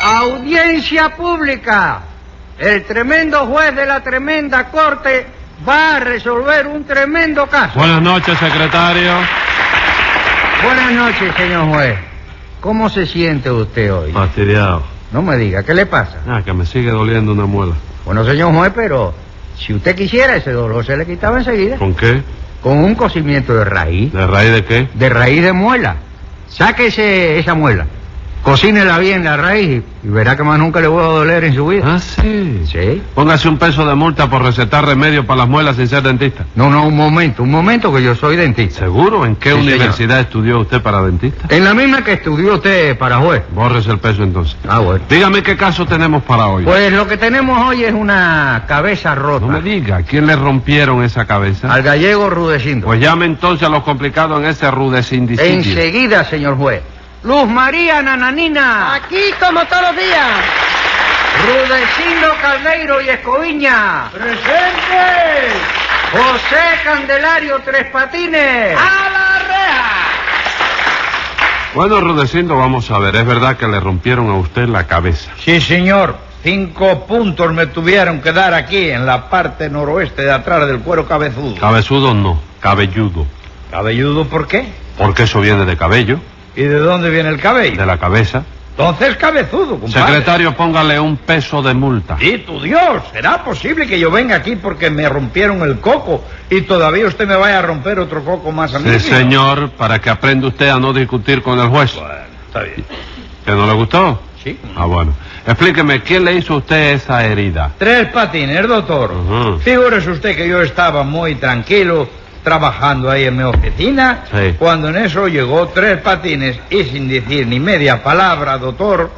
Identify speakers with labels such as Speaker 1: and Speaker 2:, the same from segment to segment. Speaker 1: la audiencia pública, el tremendo juez de la tremenda corte va a resolver un tremendo caso.
Speaker 2: Buenas noches, secretario.
Speaker 1: Buenas noches, señor juez. ¿Cómo se siente usted hoy?
Speaker 2: Ah. Fastidiado.
Speaker 1: No me diga, ¿qué le pasa?
Speaker 2: Ah, que me sigue doliendo una muela.
Speaker 1: Bueno, señor juez, pero si usted quisiera ese dolor se le quitaba enseguida
Speaker 2: ¿Con qué?
Speaker 1: con un cocimiento de raíz,
Speaker 2: ¿De raíz de qué?
Speaker 1: de raíz de muela. Sáquese esa muela, cocínela bien la raíz y- y verá que más nunca le va a doler en su vida.
Speaker 2: Ah, sí.
Speaker 1: Sí.
Speaker 2: Póngase un peso de multa por recetar remedio para las muelas sin ser dentista.
Speaker 1: No, no, un momento, un momento que yo soy dentista.
Speaker 2: ¿Seguro? ¿En qué
Speaker 1: Sí,
Speaker 2: universidad estudió usted para dentista?
Speaker 1: En la misma que estudió usted para juez.
Speaker 2: Bórrese el peso entonces.
Speaker 1: Ah, bueno.
Speaker 2: Dígame qué caso tenemos para hoy.
Speaker 1: Pues lo que tenemos hoy es una cabeza rota.
Speaker 2: No me diga, ¿a quién le rompieron esa cabeza?
Speaker 1: ah. al gallego Rudecindo.
Speaker 2: Pues llame entonces a los complicados en ese rudecindicidio.
Speaker 1: Enseguida, señor juez. Luz María Nananina.
Speaker 3: Aquí como todos los días.
Speaker 1: Rudecindo Caldeiro y Escoviña. ¡Presente! José Candelario Tres Patines.
Speaker 3: Ah.
Speaker 2: Bueno, Rudecindo, vamos a ver. Es verdad que le rompieron a usted la cabeza.
Speaker 4: Sí, señor. Cinco puntos me tuvieron que dar aquí, en la parte noroeste de atrás del cuero cabezudo.
Speaker 2: Cabezudo no, cabelludo.
Speaker 4: ¿Cabelludo por qué?
Speaker 2: Porque eso viene de cabello,
Speaker 4: ¿Y de dónde viene el cabello?
Speaker 2: de la cabeza.
Speaker 4: Entonces cabezudo, compadre.
Speaker 2: Secretario, póngale un peso de multa.
Speaker 4: Y tu Dios, ¿será posible que yo venga aquí porque me rompieron el coco y todavía usted me vaya a romper otro coco más a mí?
Speaker 2: Sí, señor, para que aprenda usted a no discutir con el juez.
Speaker 4: Bueno, está bien.
Speaker 2: ¿Que no le gustó?
Speaker 4: Sí.
Speaker 2: Ah, bueno. Explíqueme, ¿quién le hizo a usted esa herida?
Speaker 4: Tres patines, doctor.
Speaker 2: Ujú.
Speaker 4: Figúrese usted que yo estaba muy tranquilo trabajando ahí en mi oficina,
Speaker 2: Sí.
Speaker 4: cuando en eso llegó tres patines y sin decir ni media palabra, doctor,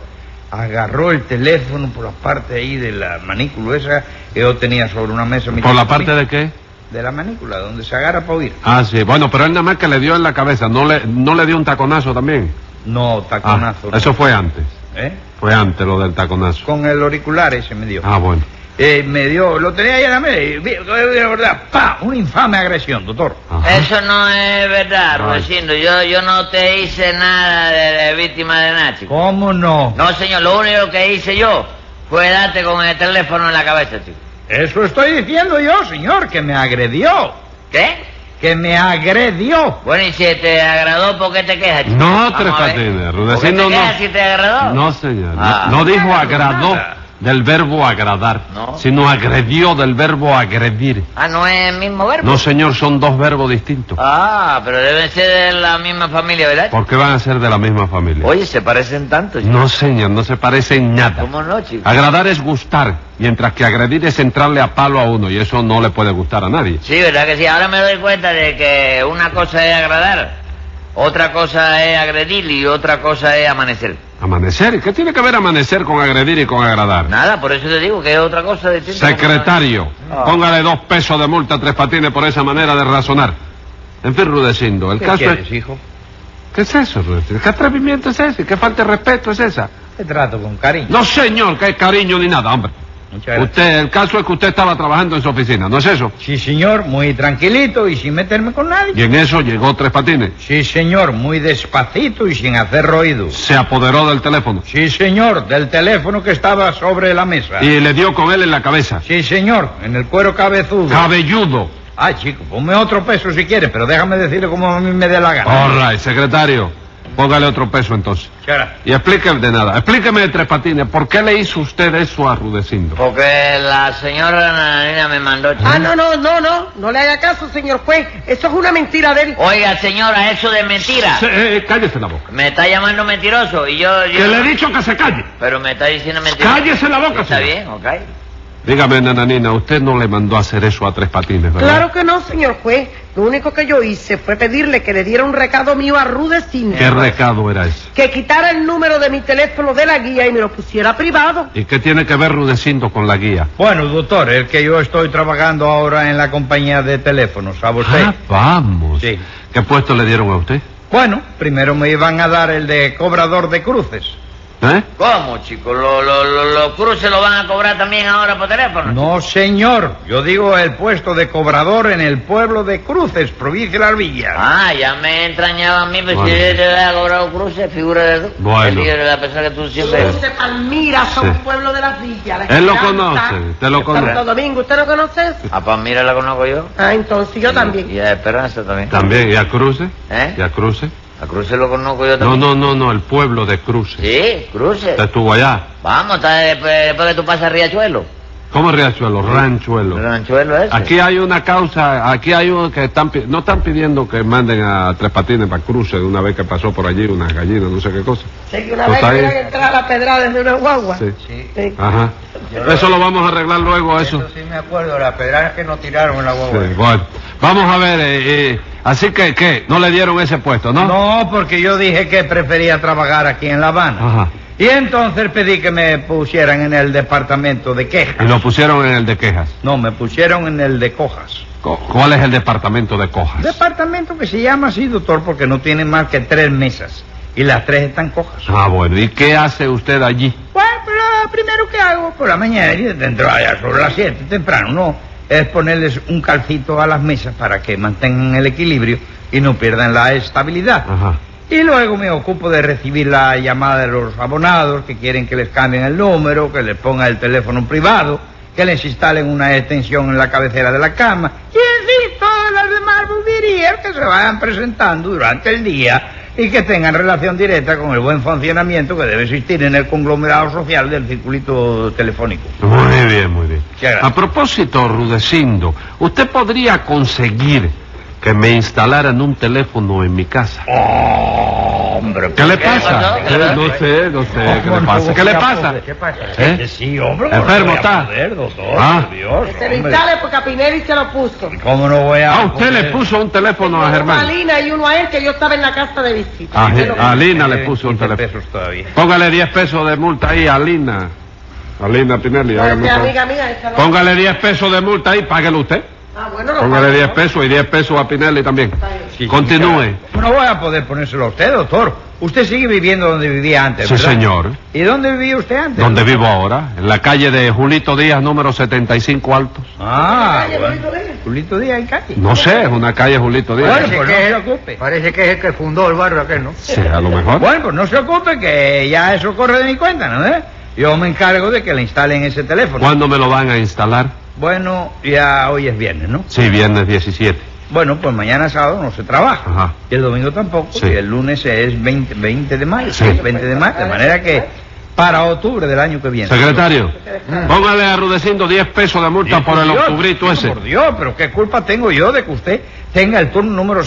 Speaker 4: agarró el teléfono por la parte ahí de la manícula esa que yo tenía sobre una mesa. mi
Speaker 2: ¿Por la
Speaker 4: teléfono,
Speaker 2: parte de qué?
Speaker 4: de la manícula, donde se agarra para oír.
Speaker 2: Ah, sí. Bueno, pero él nada más que le dio en la cabeza. ¿No le, no le dio un taconazo también?
Speaker 4: No,
Speaker 2: Ah,
Speaker 4: taconazo. no.
Speaker 2: eso fue antes.
Speaker 4: ¿Eh?
Speaker 2: Fue antes lo del taconazo.
Speaker 4: Con el auricular ese me dio.
Speaker 2: Ah, bueno.
Speaker 4: Eh, me dio, lo tenía ahí en la mesa, y vi- la verdad, ¡pa! Una infame agresión, doctor.
Speaker 2: Ajá.
Speaker 5: Eso no es verdad,
Speaker 2: Ay.
Speaker 5: Rudecindo. Yo, yo no te hice nada de, de víctima de nada, chico.
Speaker 4: ¿Cómo no?
Speaker 5: No, señor, lo único que hice yo fue darte con el teléfono en la cabeza, chico.
Speaker 4: Eso estoy diciendo yo, señor, que me agredió.
Speaker 5: ¿Qué?
Speaker 4: Que me agredió.
Speaker 5: Bueno, y si te agradó, ¿por qué te quejas, chico?
Speaker 2: No,
Speaker 5: Vamos
Speaker 2: Tres
Speaker 5: a ver.
Speaker 2: Patines.
Speaker 5: ¿Por qué te
Speaker 2: Rudecindo
Speaker 5: quejas si
Speaker 2: no.
Speaker 5: te agradó?
Speaker 2: No, señor. No-
Speaker 5: Ah.
Speaker 2: No, dijo agradó del verbo agradar,
Speaker 5: No.
Speaker 2: sino agredió del verbo agredir.
Speaker 5: Ah, ¿no es el mismo verbo?
Speaker 2: No, señor, son dos verbos distintos.
Speaker 5: Ah, pero deben ser de la misma familia, ¿verdad?
Speaker 2: ¿Por qué van a ser de la misma familia?
Speaker 5: Oye, se parecen tanto, chico.
Speaker 2: No, señor, no Ah, se parecen nada.
Speaker 5: ¿Cómo no, chico?
Speaker 2: Agradar es gustar, mientras que agredir es entrarle a palo a uno, y eso no le puede gustar a nadie.
Speaker 5: Sí, ¿verdad que sí? Ahora me doy cuenta de que una cosa es agradar, otra cosa es agredir y otra cosa es amanecer.
Speaker 2: Amanecer, ¿qué tiene que ver amanecer con agredir y con agradar?
Speaker 5: Nada, por eso te digo que es otra cosa distinta.
Speaker 2: Secretario,
Speaker 5: Ah.
Speaker 2: póngale dos pesos de multa a Tres Patines por esa manera de razonar. En fin, Rudecindo, el
Speaker 4: ¿Qué
Speaker 2: caso
Speaker 4: quieres,
Speaker 2: es...
Speaker 4: hijo?
Speaker 2: ¿Qué es eso, Rudecindo? ¿Qué atrevimiento es ese? ¿Qué falta de respeto es esa?
Speaker 4: Te trato con cariño.
Speaker 2: No, señor, que cariño ni nada, hombre.
Speaker 4: Muchas gracias.
Speaker 2: Usted, el caso es que usted estaba trabajando en su oficina, ¿no es eso?
Speaker 4: Sí, señor, muy tranquilito y sin meterme con nadie.
Speaker 2: Y en eso llegó Tres Patines.
Speaker 4: Sí, señor, muy despacito y sin hacer ruido.
Speaker 2: Se apoderó del teléfono
Speaker 4: Sí, señor, del teléfono que estaba sobre la mesa.
Speaker 2: y le dio con él en la cabeza.
Speaker 4: Sí, señor, en el cuero cabezudo.
Speaker 2: Cabelludo.
Speaker 4: Ah, chico, ponme otro peso si quieres, pero déjame decirle como a mí me dé la gana.
Speaker 2: All right, secretario. Póngale otro peso entonces.
Speaker 4: Muchas gracias.
Speaker 2: Y explíqueme de nada. Explíqueme, Tres Patines, ¿por qué le hizo usted eso a Rudecindo?
Speaker 5: Porque la señora Nananina me mandó... chico.
Speaker 3: Ah,
Speaker 2: ¿Eh?
Speaker 3: no, no, no, no. No le haga caso, señor juez. Eso es una mentira de él.
Speaker 2: Ah.
Speaker 5: Oiga, señora, eso de mentira.
Speaker 2: Se- eh, eh, cállese la boca.
Speaker 5: Me está llamando mentiroso y yo... yo-
Speaker 2: Que le he dicho que se calle.
Speaker 5: Pero me está diciendo mentira.
Speaker 2: Cállese la boca,
Speaker 5: Está
Speaker 2: señor.
Speaker 5: bien, ok.
Speaker 2: Dígame, nananina, usted no le mandó a hacer eso a Tres Patines, ¿verdad?
Speaker 3: Claro que no, señor juez. Lo único que yo hice fue pedirle que le diera un recado mío a Rudecindo.
Speaker 2: ¿Qué recado era ese?
Speaker 3: Que quitara el número de mi teléfono de la guía y me lo pusiera privado.
Speaker 2: ¿Y qué tiene que ver Rudecindo con la guía?
Speaker 4: Bueno, doctor, es que yo estoy trabajando ahora en la compañía de teléfonos, ¿sabe usted?
Speaker 2: Ah, vamos.
Speaker 4: Sí.
Speaker 2: ¿Qué puesto le dieron a usted?
Speaker 4: Bueno, primero me iban a dar el de cobrador de cruces.
Speaker 2: ¿Eh?
Speaker 5: ¿Cómo, chico? ¿Lo- lo- lo- ¿Los cruces lo van a cobrar también ahora por teléfono?
Speaker 4: No, señor. Yo digo el puesto de cobrador en el pueblo de Cruces, provincia de Las Villas.
Speaker 5: Ah, ya me entrañaba a mí, pero
Speaker 2: Bueno.
Speaker 5: si yo te hubiera cobrado cruces, figura de tú.
Speaker 2: Bueno.
Speaker 5: El líder de la persona que tú siempre...
Speaker 3: Cruce, Palmira, son
Speaker 2: Sí.
Speaker 3: pueblo de las villas. La
Speaker 2: Él lo
Speaker 3: Esperanza,
Speaker 2: conoce, usted lo
Speaker 3: Santo
Speaker 2: conoce.
Speaker 3: Domingo, ¿usted lo conoce?
Speaker 5: A Palmira Ah, pues la conozco yo.
Speaker 3: Ah, entonces yo también.
Speaker 5: Y a Esperanza también.
Speaker 2: También, ¿y a Cruce?
Speaker 5: ¿Eh?
Speaker 2: ¿Y a Cruce?
Speaker 5: A Cruces lo conozco yo
Speaker 2: No,
Speaker 5: también.
Speaker 2: no, no, no, el pueblo de Cruce.
Speaker 5: Sí, Cruces.
Speaker 2: Usted estuvo allá.
Speaker 5: Vamos, está después, después que tú pasas a Riachuelo.
Speaker 2: ¿Cómo Riachuelo? Ranchuelo.
Speaker 5: Riachuelo ese.
Speaker 2: Aquí hay una causa, aquí hay uno que están, pi- no están pidiendo que manden a Tres Patines para Cruce de una vez que pasó por allí unas gallinas, no sé qué cosa.
Speaker 3: Sé que una
Speaker 2: Pues
Speaker 3: vez
Speaker 2: está
Speaker 3: tuvieron
Speaker 2: bien.
Speaker 3: que entrar a la pedrada desde una guagua.
Speaker 2: Sí. Ah.
Speaker 4: Sí.
Speaker 3: Ah, Sí.
Speaker 2: Ajá. Eso lo vamos a arreglar luego, eso.
Speaker 4: sí me acuerdo, la pedrada que nos tiraron en la guagua.
Speaker 2: Sí, bueno. Vamos a ver, eh, eh, así que, ¿qué? ¿No le dieron ese puesto, no? Ah.
Speaker 4: No, porque yo dije que prefería trabajar aquí en La Habana.
Speaker 2: Ajá.
Speaker 4: Y entonces pedí que me pusieran en el departamento de
Speaker 2: Y
Speaker 4: quejas.
Speaker 2: lo pusieron en el de quejas.
Speaker 4: No, me pusieron en el de cojas.
Speaker 2: Co- ¿Cuál es el departamento de cojas?
Speaker 4: Departamento que se llama así, doctor, porque no tiene más que tres mesas. Y las tres están cojas.
Speaker 2: Ah, bueno, ¿y qué hace usted allí?
Speaker 4: Bueno, pues lo primero que hago por la mañana, y dentro allá sobre las siete, temprano, no, es ponerles un calcito a las mesas para que mantengan el equilibrio y no pierdan la estabilidad.
Speaker 2: Ajá.
Speaker 4: Y luego me ocupo de recibir la llamada de los abonados que quieren que les cambien el número, que les ponga el teléfono privado, que les instalen una extensión en la cabecera de la cama. Y en fin, todas las demás boberías que se vayan presentando durante el día y que tengan relación directa con el buen funcionamiento que debe existir en el conglomerado social del circulito telefónico.
Speaker 2: Muy bien, muy bien.
Speaker 4: Muchas gracias.
Speaker 2: A propósito, Rudecindo, ¿usted podría conseguir que me instalaran un teléfono en mi casa?
Speaker 4: Hombre,
Speaker 2: ¿Qué le
Speaker 5: ¿Qué
Speaker 2: pasa?
Speaker 5: pasó? ¿Qué le
Speaker 2: Eh,
Speaker 5: pasó?
Speaker 2: No sé, no sé, ¿qué
Speaker 4: ¿Cómo
Speaker 2: le
Speaker 4: no
Speaker 2: pasa?
Speaker 4: voy
Speaker 2: ¿Qué le
Speaker 4: a
Speaker 2: pasa?
Speaker 4: poder? ¿Qué pasa?
Speaker 2: ¿Eh?
Speaker 4: Que Sí, hombre. ¿cómo
Speaker 2: Enfermo
Speaker 4: no voy a
Speaker 2: está.
Speaker 4: poder, doctor,
Speaker 2: Ah.
Speaker 4: por Dios,
Speaker 3: Se lo
Speaker 4: hombre.
Speaker 3: instale porque a Pinelli se lo puso.
Speaker 4: ¿Cómo no voy a
Speaker 2: Ah, usted le
Speaker 4: poder?
Speaker 2: puso un teléfono a
Speaker 3: Uno a
Speaker 2: Germán.
Speaker 3: Lina y uno a él que yo estaba en la casa de visita.
Speaker 2: Ah,
Speaker 3: Se lo-
Speaker 2: a Lina le
Speaker 4: Eh,
Speaker 2: puso un
Speaker 4: 15
Speaker 2: teléfono.
Speaker 4: pesos todavía.
Speaker 2: Póngale 10 pesos de multa ahí a Lina. A Lina Pinelli,
Speaker 3: No,
Speaker 2: hágame
Speaker 3: esa
Speaker 2: un favor.
Speaker 3: amiga mía, esa no-
Speaker 2: Póngale 10 pesos de multa ahí, páguelo usted.
Speaker 3: Ah, bueno, lo
Speaker 2: Póngale
Speaker 3: pago,
Speaker 2: 10
Speaker 3: ¿no?
Speaker 2: pesos y 10 pesos a Pinelli también.
Speaker 3: Está bien.
Speaker 4: Sí,
Speaker 2: Continúe.
Speaker 4: sí, claro. No voy a poder ponérselo a usted, doctor. Usted sigue viviendo donde vivía antes,
Speaker 2: Sí,
Speaker 4: ¿verdad?
Speaker 2: señor.
Speaker 4: ¿Y dónde vivía usted antes?
Speaker 2: Donde vivo ahora, en la calle de Julito Díaz, número 75 Altos.
Speaker 4: Ah,
Speaker 3: ¿En
Speaker 4: bueno.
Speaker 3: la calle, Julito Díaz?
Speaker 4: Julito Díaz en calle.
Speaker 2: No sé, es una calle Julito Díaz.
Speaker 4: Bueno, pues no se ocupe.
Speaker 1: Parece que es el que fundó el barrio aquel, ¿no?
Speaker 2: Sí, a lo mejor.
Speaker 4: Bueno, pues no se ocupe que ya eso corre de mi cuenta, ¿no? eh? Yo me encargo de que le instalen ese teléfono.
Speaker 2: ¿Cuándo me lo van a instalar?
Speaker 4: Bueno, ya hoy es viernes, ¿no?
Speaker 2: Sí, viernes 17.
Speaker 4: Bueno, pues mañana sábado no se trabaja.
Speaker 2: Ajá.
Speaker 4: Y el domingo tampoco.
Speaker 2: Sí.
Speaker 4: Y el lunes es 20, 20 de mayo.
Speaker 2: Sí.
Speaker 4: 20 de mayo. De manera que para octubre del año que viene.
Speaker 2: Secretario,
Speaker 4: Ah.
Speaker 2: póngale a Rudecindo 10 pesos de multa por el
Speaker 4: Dios,
Speaker 2: octubrito
Speaker 4: chico,
Speaker 2: ese.
Speaker 4: Por Dios, pero qué culpa tengo yo de que usted tenga el turno número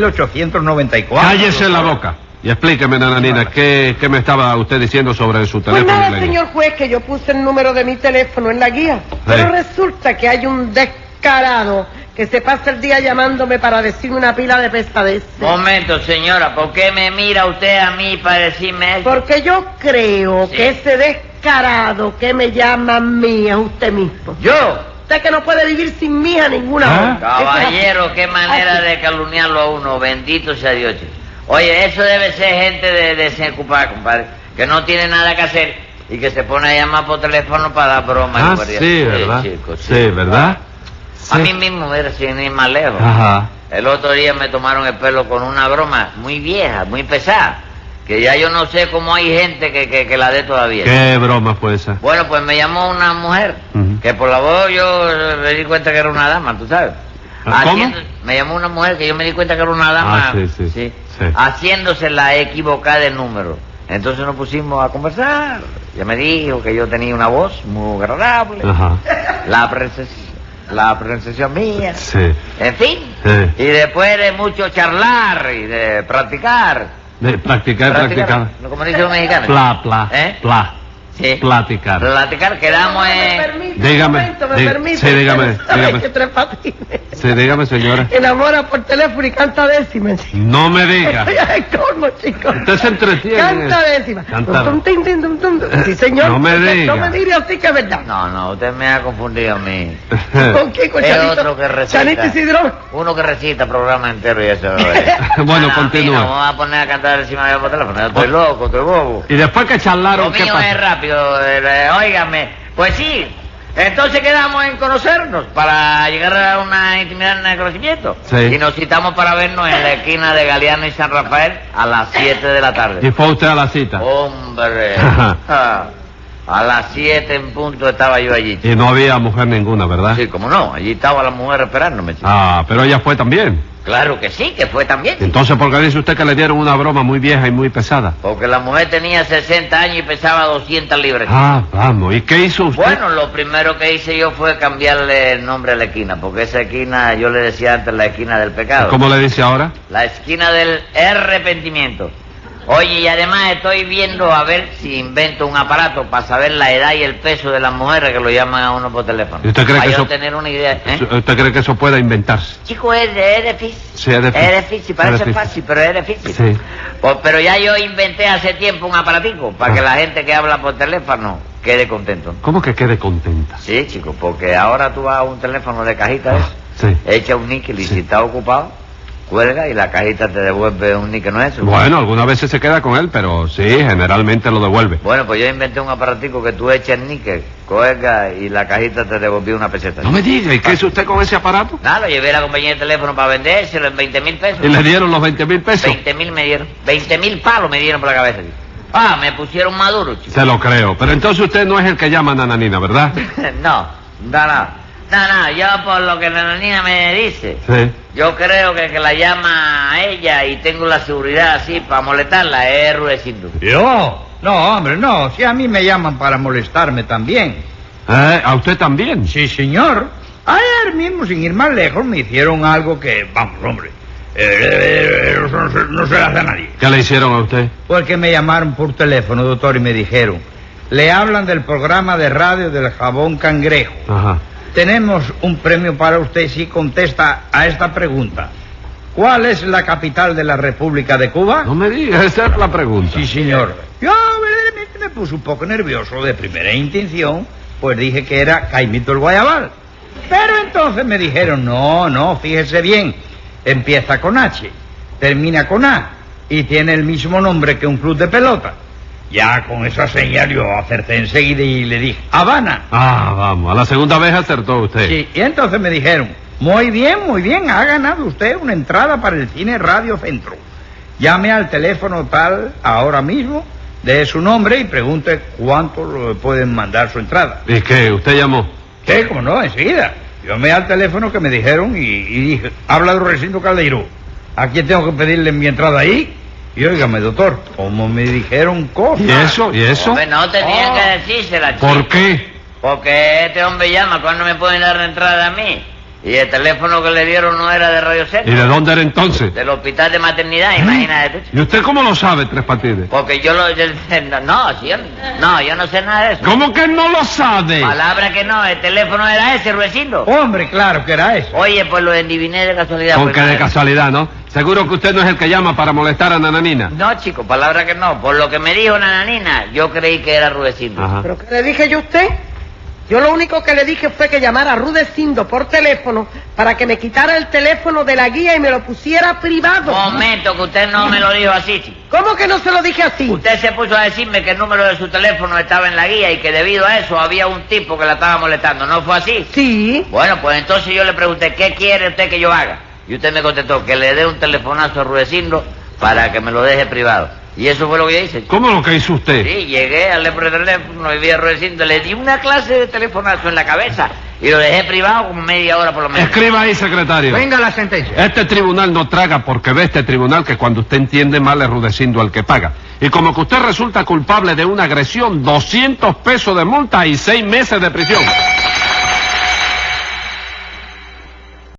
Speaker 4: 79.894.
Speaker 2: Cállese la boca y explíqueme, Nananina, ¿qué, qué me estaba usted diciendo sobre su
Speaker 3: Pues
Speaker 2: teléfono.
Speaker 3: nada,
Speaker 2: ilegal?
Speaker 3: señor juez, que yo puse el número de mi teléfono en la guía. Pero resulta que hay un descarado que se pasa el día llamándome para decirme una pila de pesadeces.
Speaker 2: Ah.
Speaker 5: Momento, señora, ¿por qué me mira usted a mí para decirme eso?
Speaker 3: Porque yo creo
Speaker 5: Sí.
Speaker 3: que ese descarado que me llama a mí es usted mismo.
Speaker 5: ¿Yo?
Speaker 3: Usted que no puede vivir sin mí a ninguna
Speaker 2: Ah.
Speaker 3: hora.
Speaker 5: Caballero, qué manera
Speaker 3: Así.
Speaker 5: de calumniarlo a uno, bendito sea Dios. chico. Oye, eso debe ser gente de desocupada, compadre, que no tiene nada que hacer y que se pone a llamar por teléfono para dar bromas. y
Speaker 2: Ah,
Speaker 5: varias-
Speaker 2: sí, ¿verdad?
Speaker 5: chico, sí.
Speaker 2: Sí, ¿verdad?
Speaker 5: A
Speaker 2: Sí.
Speaker 5: mí mismo, era sin ir más lejos.
Speaker 2: Ajá.
Speaker 5: El otro día me tomaron el pelo con una broma muy vieja, muy pesada, que ya yo no sé cómo hay gente que, que, que la dé todavía.
Speaker 2: ¿Qué broma fue esa?
Speaker 5: Bueno, pues me llamó una mujer,
Speaker 2: Ujú.
Speaker 5: que por la voz yo eh, me di cuenta que era una dama, tú sabes.
Speaker 2: ¿Ah, cómo?
Speaker 5: me llamó una mujer que yo me di cuenta que era una dama,
Speaker 2: Ah, sí, sí, sí.
Speaker 5: haciéndose la equivocada del número. Entonces nos pusimos a conversar. Ya me dijo que yo tenía una voz muy agradable,
Speaker 2: Ajá.
Speaker 5: la apreciación, la apreciación mía.
Speaker 2: Sí.
Speaker 5: En fin,
Speaker 2: Sí.
Speaker 5: y después de mucho charlar y de practicar.
Speaker 2: De practicar, practicar.
Speaker 5: Como dice un mexicano.
Speaker 2: Pla, pla,
Speaker 5: ¿Eh?
Speaker 2: pla.
Speaker 5: Sí.
Speaker 2: Platicar.
Speaker 5: Platicar, quedamos
Speaker 3: Me
Speaker 5: en...
Speaker 3: permite,
Speaker 2: Dígame,
Speaker 3: un momento, me
Speaker 2: diga-
Speaker 3: permite.
Speaker 2: sí, dígame,
Speaker 3: Usted no sabe
Speaker 2: dígame.
Speaker 3: que Tres Patines
Speaker 2: Sí, dígame, señora.
Speaker 3: Enamora por teléfono y canta décimas.
Speaker 2: No me diga.
Speaker 3: Estoy al colmo, chicos.
Speaker 2: Usted se entretiene.
Speaker 3: Canta décima.
Speaker 2: Canta.
Speaker 3: Tum, tum, tin, tin, tum, tum. Sí, señor.
Speaker 2: No me
Speaker 3: Usted-
Speaker 2: diga.
Speaker 3: No me diga así que es verdad.
Speaker 5: No, no, usted me ha confundido a mí.
Speaker 2: Eh.
Speaker 3: ¿Con quién? Con
Speaker 5: Es
Speaker 3: Chanito.
Speaker 5: otro que recita.
Speaker 3: Chanito Isidro.
Speaker 5: Uno que recita programa entero y eso.
Speaker 2: Bueno,
Speaker 5: Ah, no, a mí
Speaker 2: continúa.
Speaker 5: No, me voy a poner a cantar encima de por teléfono. Yo estoy loco, estoy bobo.
Speaker 2: y después que charlaron,
Speaker 5: Lo
Speaker 2: ¿qué
Speaker 5: mío es
Speaker 2: pasó?
Speaker 5: rápido, eh, eh, óigame. Pues sí, entonces quedamos en conocernos para llegar a una intimidad en el conocimiento.
Speaker 2: Sí.
Speaker 5: Y nos citamos para vernos en la esquina de Galeano y San Rafael a las 7 de la
Speaker 2: Y
Speaker 5: tarde.
Speaker 2: fue usted a la cita.
Speaker 5: Oh. Hombre,
Speaker 2: Ajá.
Speaker 5: ah, a las 7 en punto estaba yo allí.
Speaker 2: Y no había mujer ninguna, ¿verdad?
Speaker 5: Sí, como no, allí estaba la mujer esperándome. chico.
Speaker 2: Ah, pero ella fue también.
Speaker 5: Claro que sí, que fue también. chico.
Speaker 2: Entonces, ¿por qué dice usted que le dieron una broma muy vieja y muy pesada?
Speaker 5: Porque la mujer tenía 60 años y pesaba 200 libras.
Speaker 2: Ah, vamos. ¿Y qué hizo usted?
Speaker 5: Bueno, lo primero que hice yo fue cambiarle el nombre a la esquina, porque esa esquina, yo le decía antes, la esquina del pecado.
Speaker 2: ¿Cómo le dice ahora?
Speaker 5: La esquina del arrepentimiento. Oye, y además estoy viendo a ver si invento un aparato para saber la edad y el peso de las mujeres que lo llaman a uno por teléfono.
Speaker 2: ¿Y usted cree
Speaker 5: para
Speaker 2: que
Speaker 5: yo
Speaker 2: eso-
Speaker 5: tener una idea. ¿eh?
Speaker 2: ¿Usted cree que eso pueda inventarse?
Speaker 5: Chico, es, es difícil.
Speaker 2: Sí, es difícil.
Speaker 5: Es difícil,
Speaker 2: Es
Speaker 5: parece
Speaker 2: difícil.
Speaker 5: fácil, pero es difícil.
Speaker 2: Sí.
Speaker 5: Pues, pero ya yo inventé hace tiempo un aparatico para
Speaker 2: Ah.
Speaker 5: que la gente que habla por teléfono quede contento.
Speaker 2: ¿Cómo que quede contenta?
Speaker 5: Sí, chico, porque ahora tú vas a un teléfono de cajita,
Speaker 2: Ah,
Speaker 5: ¿ves?
Speaker 2: sí.
Speaker 5: echa un níquel y
Speaker 2: Sí.
Speaker 5: si está ocupado, cuelga y la cajita te devuelve un níquel, ¿no es eso?
Speaker 2: Bueno, algunas veces se queda con él, pero sí, generalmente lo devuelve.
Speaker 5: Bueno, pues yo inventé un aparatico que tú echas el níquel, cuelga y la cajita te devolvió una peseta.
Speaker 2: No me diga, ¿y qué hizo usted con ese aparato?
Speaker 5: Nada, lo llevé a la compañía de teléfono para vendérselo en 20 mil pesos.
Speaker 2: ¿Y le dieron los 20 mil pesos?
Speaker 5: 20 mil me dieron. 20 mil palos me dieron por la cabeza. chico. Ah, me pusieron maduro, chico.
Speaker 2: Se lo creo. Pero entonces usted no es el que llama a Nananina, ¿verdad?
Speaker 5: no, no, no. No, no, yo por lo que la niña me dice,
Speaker 2: Sí.
Speaker 5: yo creo que, que la llama a ella y tengo la seguridad así para molestarla, es error sin duda.
Speaker 4: ¿Yo? No, hombre, no. Si a mí me llaman para molestarme también.
Speaker 2: Eh, ¿A usted también?
Speaker 4: Sí, señor. Ayer mismo, sin ir más lejos, me hicieron algo que, vamos, hombre, eh, eh, eh, no, se- no se las da nadie.
Speaker 2: ¿Qué le hicieron a usted?
Speaker 4: Porque me llamaron por teléfono, doctor, y me dijeron, le hablan del programa de radio del jabón cangrejo.
Speaker 2: Ajá.
Speaker 4: Tenemos un premio para usted si contesta a esta pregunta. ¿Cuál es la capital de la República de Cuba?
Speaker 2: No me diga, esa es la pregunta.
Speaker 4: Sí, señor. Yo verdaderamente me puse un poco nervioso de primera intención, pues dije que era Caimito el Guayabal. Pero entonces me dijeron, no, no, fíjese bien, empieza con H, termina con A y tiene el mismo nombre que un club de pelota. Ya con esa señal yo acerté enseguida y le dije, Habana.
Speaker 2: Ah, vamos, a la segunda vez acertó usted.
Speaker 4: Sí, y entonces me dijeron, muy bien, muy bien, ha ganado usted una entrada para el cine Radio Centro. Llame al teléfono tal ahora mismo, dé su nombre y pregunte cuánto le pueden mandar su entrada.
Speaker 2: ¿Y qué? ¿Usted llamó?
Speaker 4: Sí, como no, enseguida. Llamé al teléfono que me dijeron y, y dije, habla de Recinto Caldeiro. ¿A quién tengo que pedirle mi entrada ahí? Y óigame, doctor, como me dijeron cosas.
Speaker 2: ¿Y eso? ¿Y eso?
Speaker 5: Hombre, no tenía
Speaker 4: Oh.
Speaker 5: que decírsela, chico.
Speaker 2: ¿Por qué?
Speaker 5: Porque este hombre llama, ¿cuándo me pueden dar entrada a mí? Y el teléfono que le dieron no era de Radio
Speaker 2: ¿Y
Speaker 5: Centro.
Speaker 2: de dónde era entonces?
Speaker 5: Del hospital de maternidad, imagínate tú.
Speaker 2: ¿Y usted cómo lo sabe, Tres Patines?
Speaker 5: Porque yo lo... yo- no, no, si yo, no, yo no sé nada de eso.
Speaker 2: ¿Cómo que no lo sabe?
Speaker 5: Palabra que no, el teléfono era ese,
Speaker 2: Oh.
Speaker 5: Ruecindo.
Speaker 4: Hombre, claro que era eso.
Speaker 5: Oye, pues lo adiviné de casualidad.
Speaker 2: Porque
Speaker 5: pues,
Speaker 2: de
Speaker 5: no.
Speaker 2: casualidad, ¿no? Seguro que usted no es el que llama para molestar a Nananina.
Speaker 5: No, chico, palabra que no. Por lo que me dijo Nananina, yo creí que era Ruecindo.
Speaker 2: Ajá.
Speaker 3: ¿Pero qué le dije yo a usted? Yo lo único que le dije fue que llamara a Rudecindo por teléfono para que me quitara el teléfono de la guía y me lo pusiera privado.
Speaker 5: Momento, que usted no me lo dijo así, chico.
Speaker 3: ¿Cómo que no se lo dije así?
Speaker 5: Usted se puso a decirme que el número de su teléfono estaba en la guía y que debido a eso había un tipo que la estaba molestando. ¿No fue así?
Speaker 3: Sí.
Speaker 5: Bueno, pues entonces yo le pregunté, ¿qué quiere usted que yo haga? Y usted me contestó que le dé un telefonazo a Rudecindo para que me lo deje privado. Y eso fue lo que yo hice.
Speaker 2: ¿Cómo lo que hizo usted?
Speaker 5: Sí, llegué al por teléfono y vi a Rudecindo, le di una clase de telefonazo en la cabeza y lo dejé privado como media hora por lo menos.
Speaker 2: Escriba ahí, secretario.
Speaker 1: Venga la sentencia.
Speaker 2: Este tribunal no traga porque ve este tribunal que cuando usted entiende mal es rudecindo al que paga. Y como que usted resulta culpable de una agresión, 200 pesos de multa y seis meses de prisión.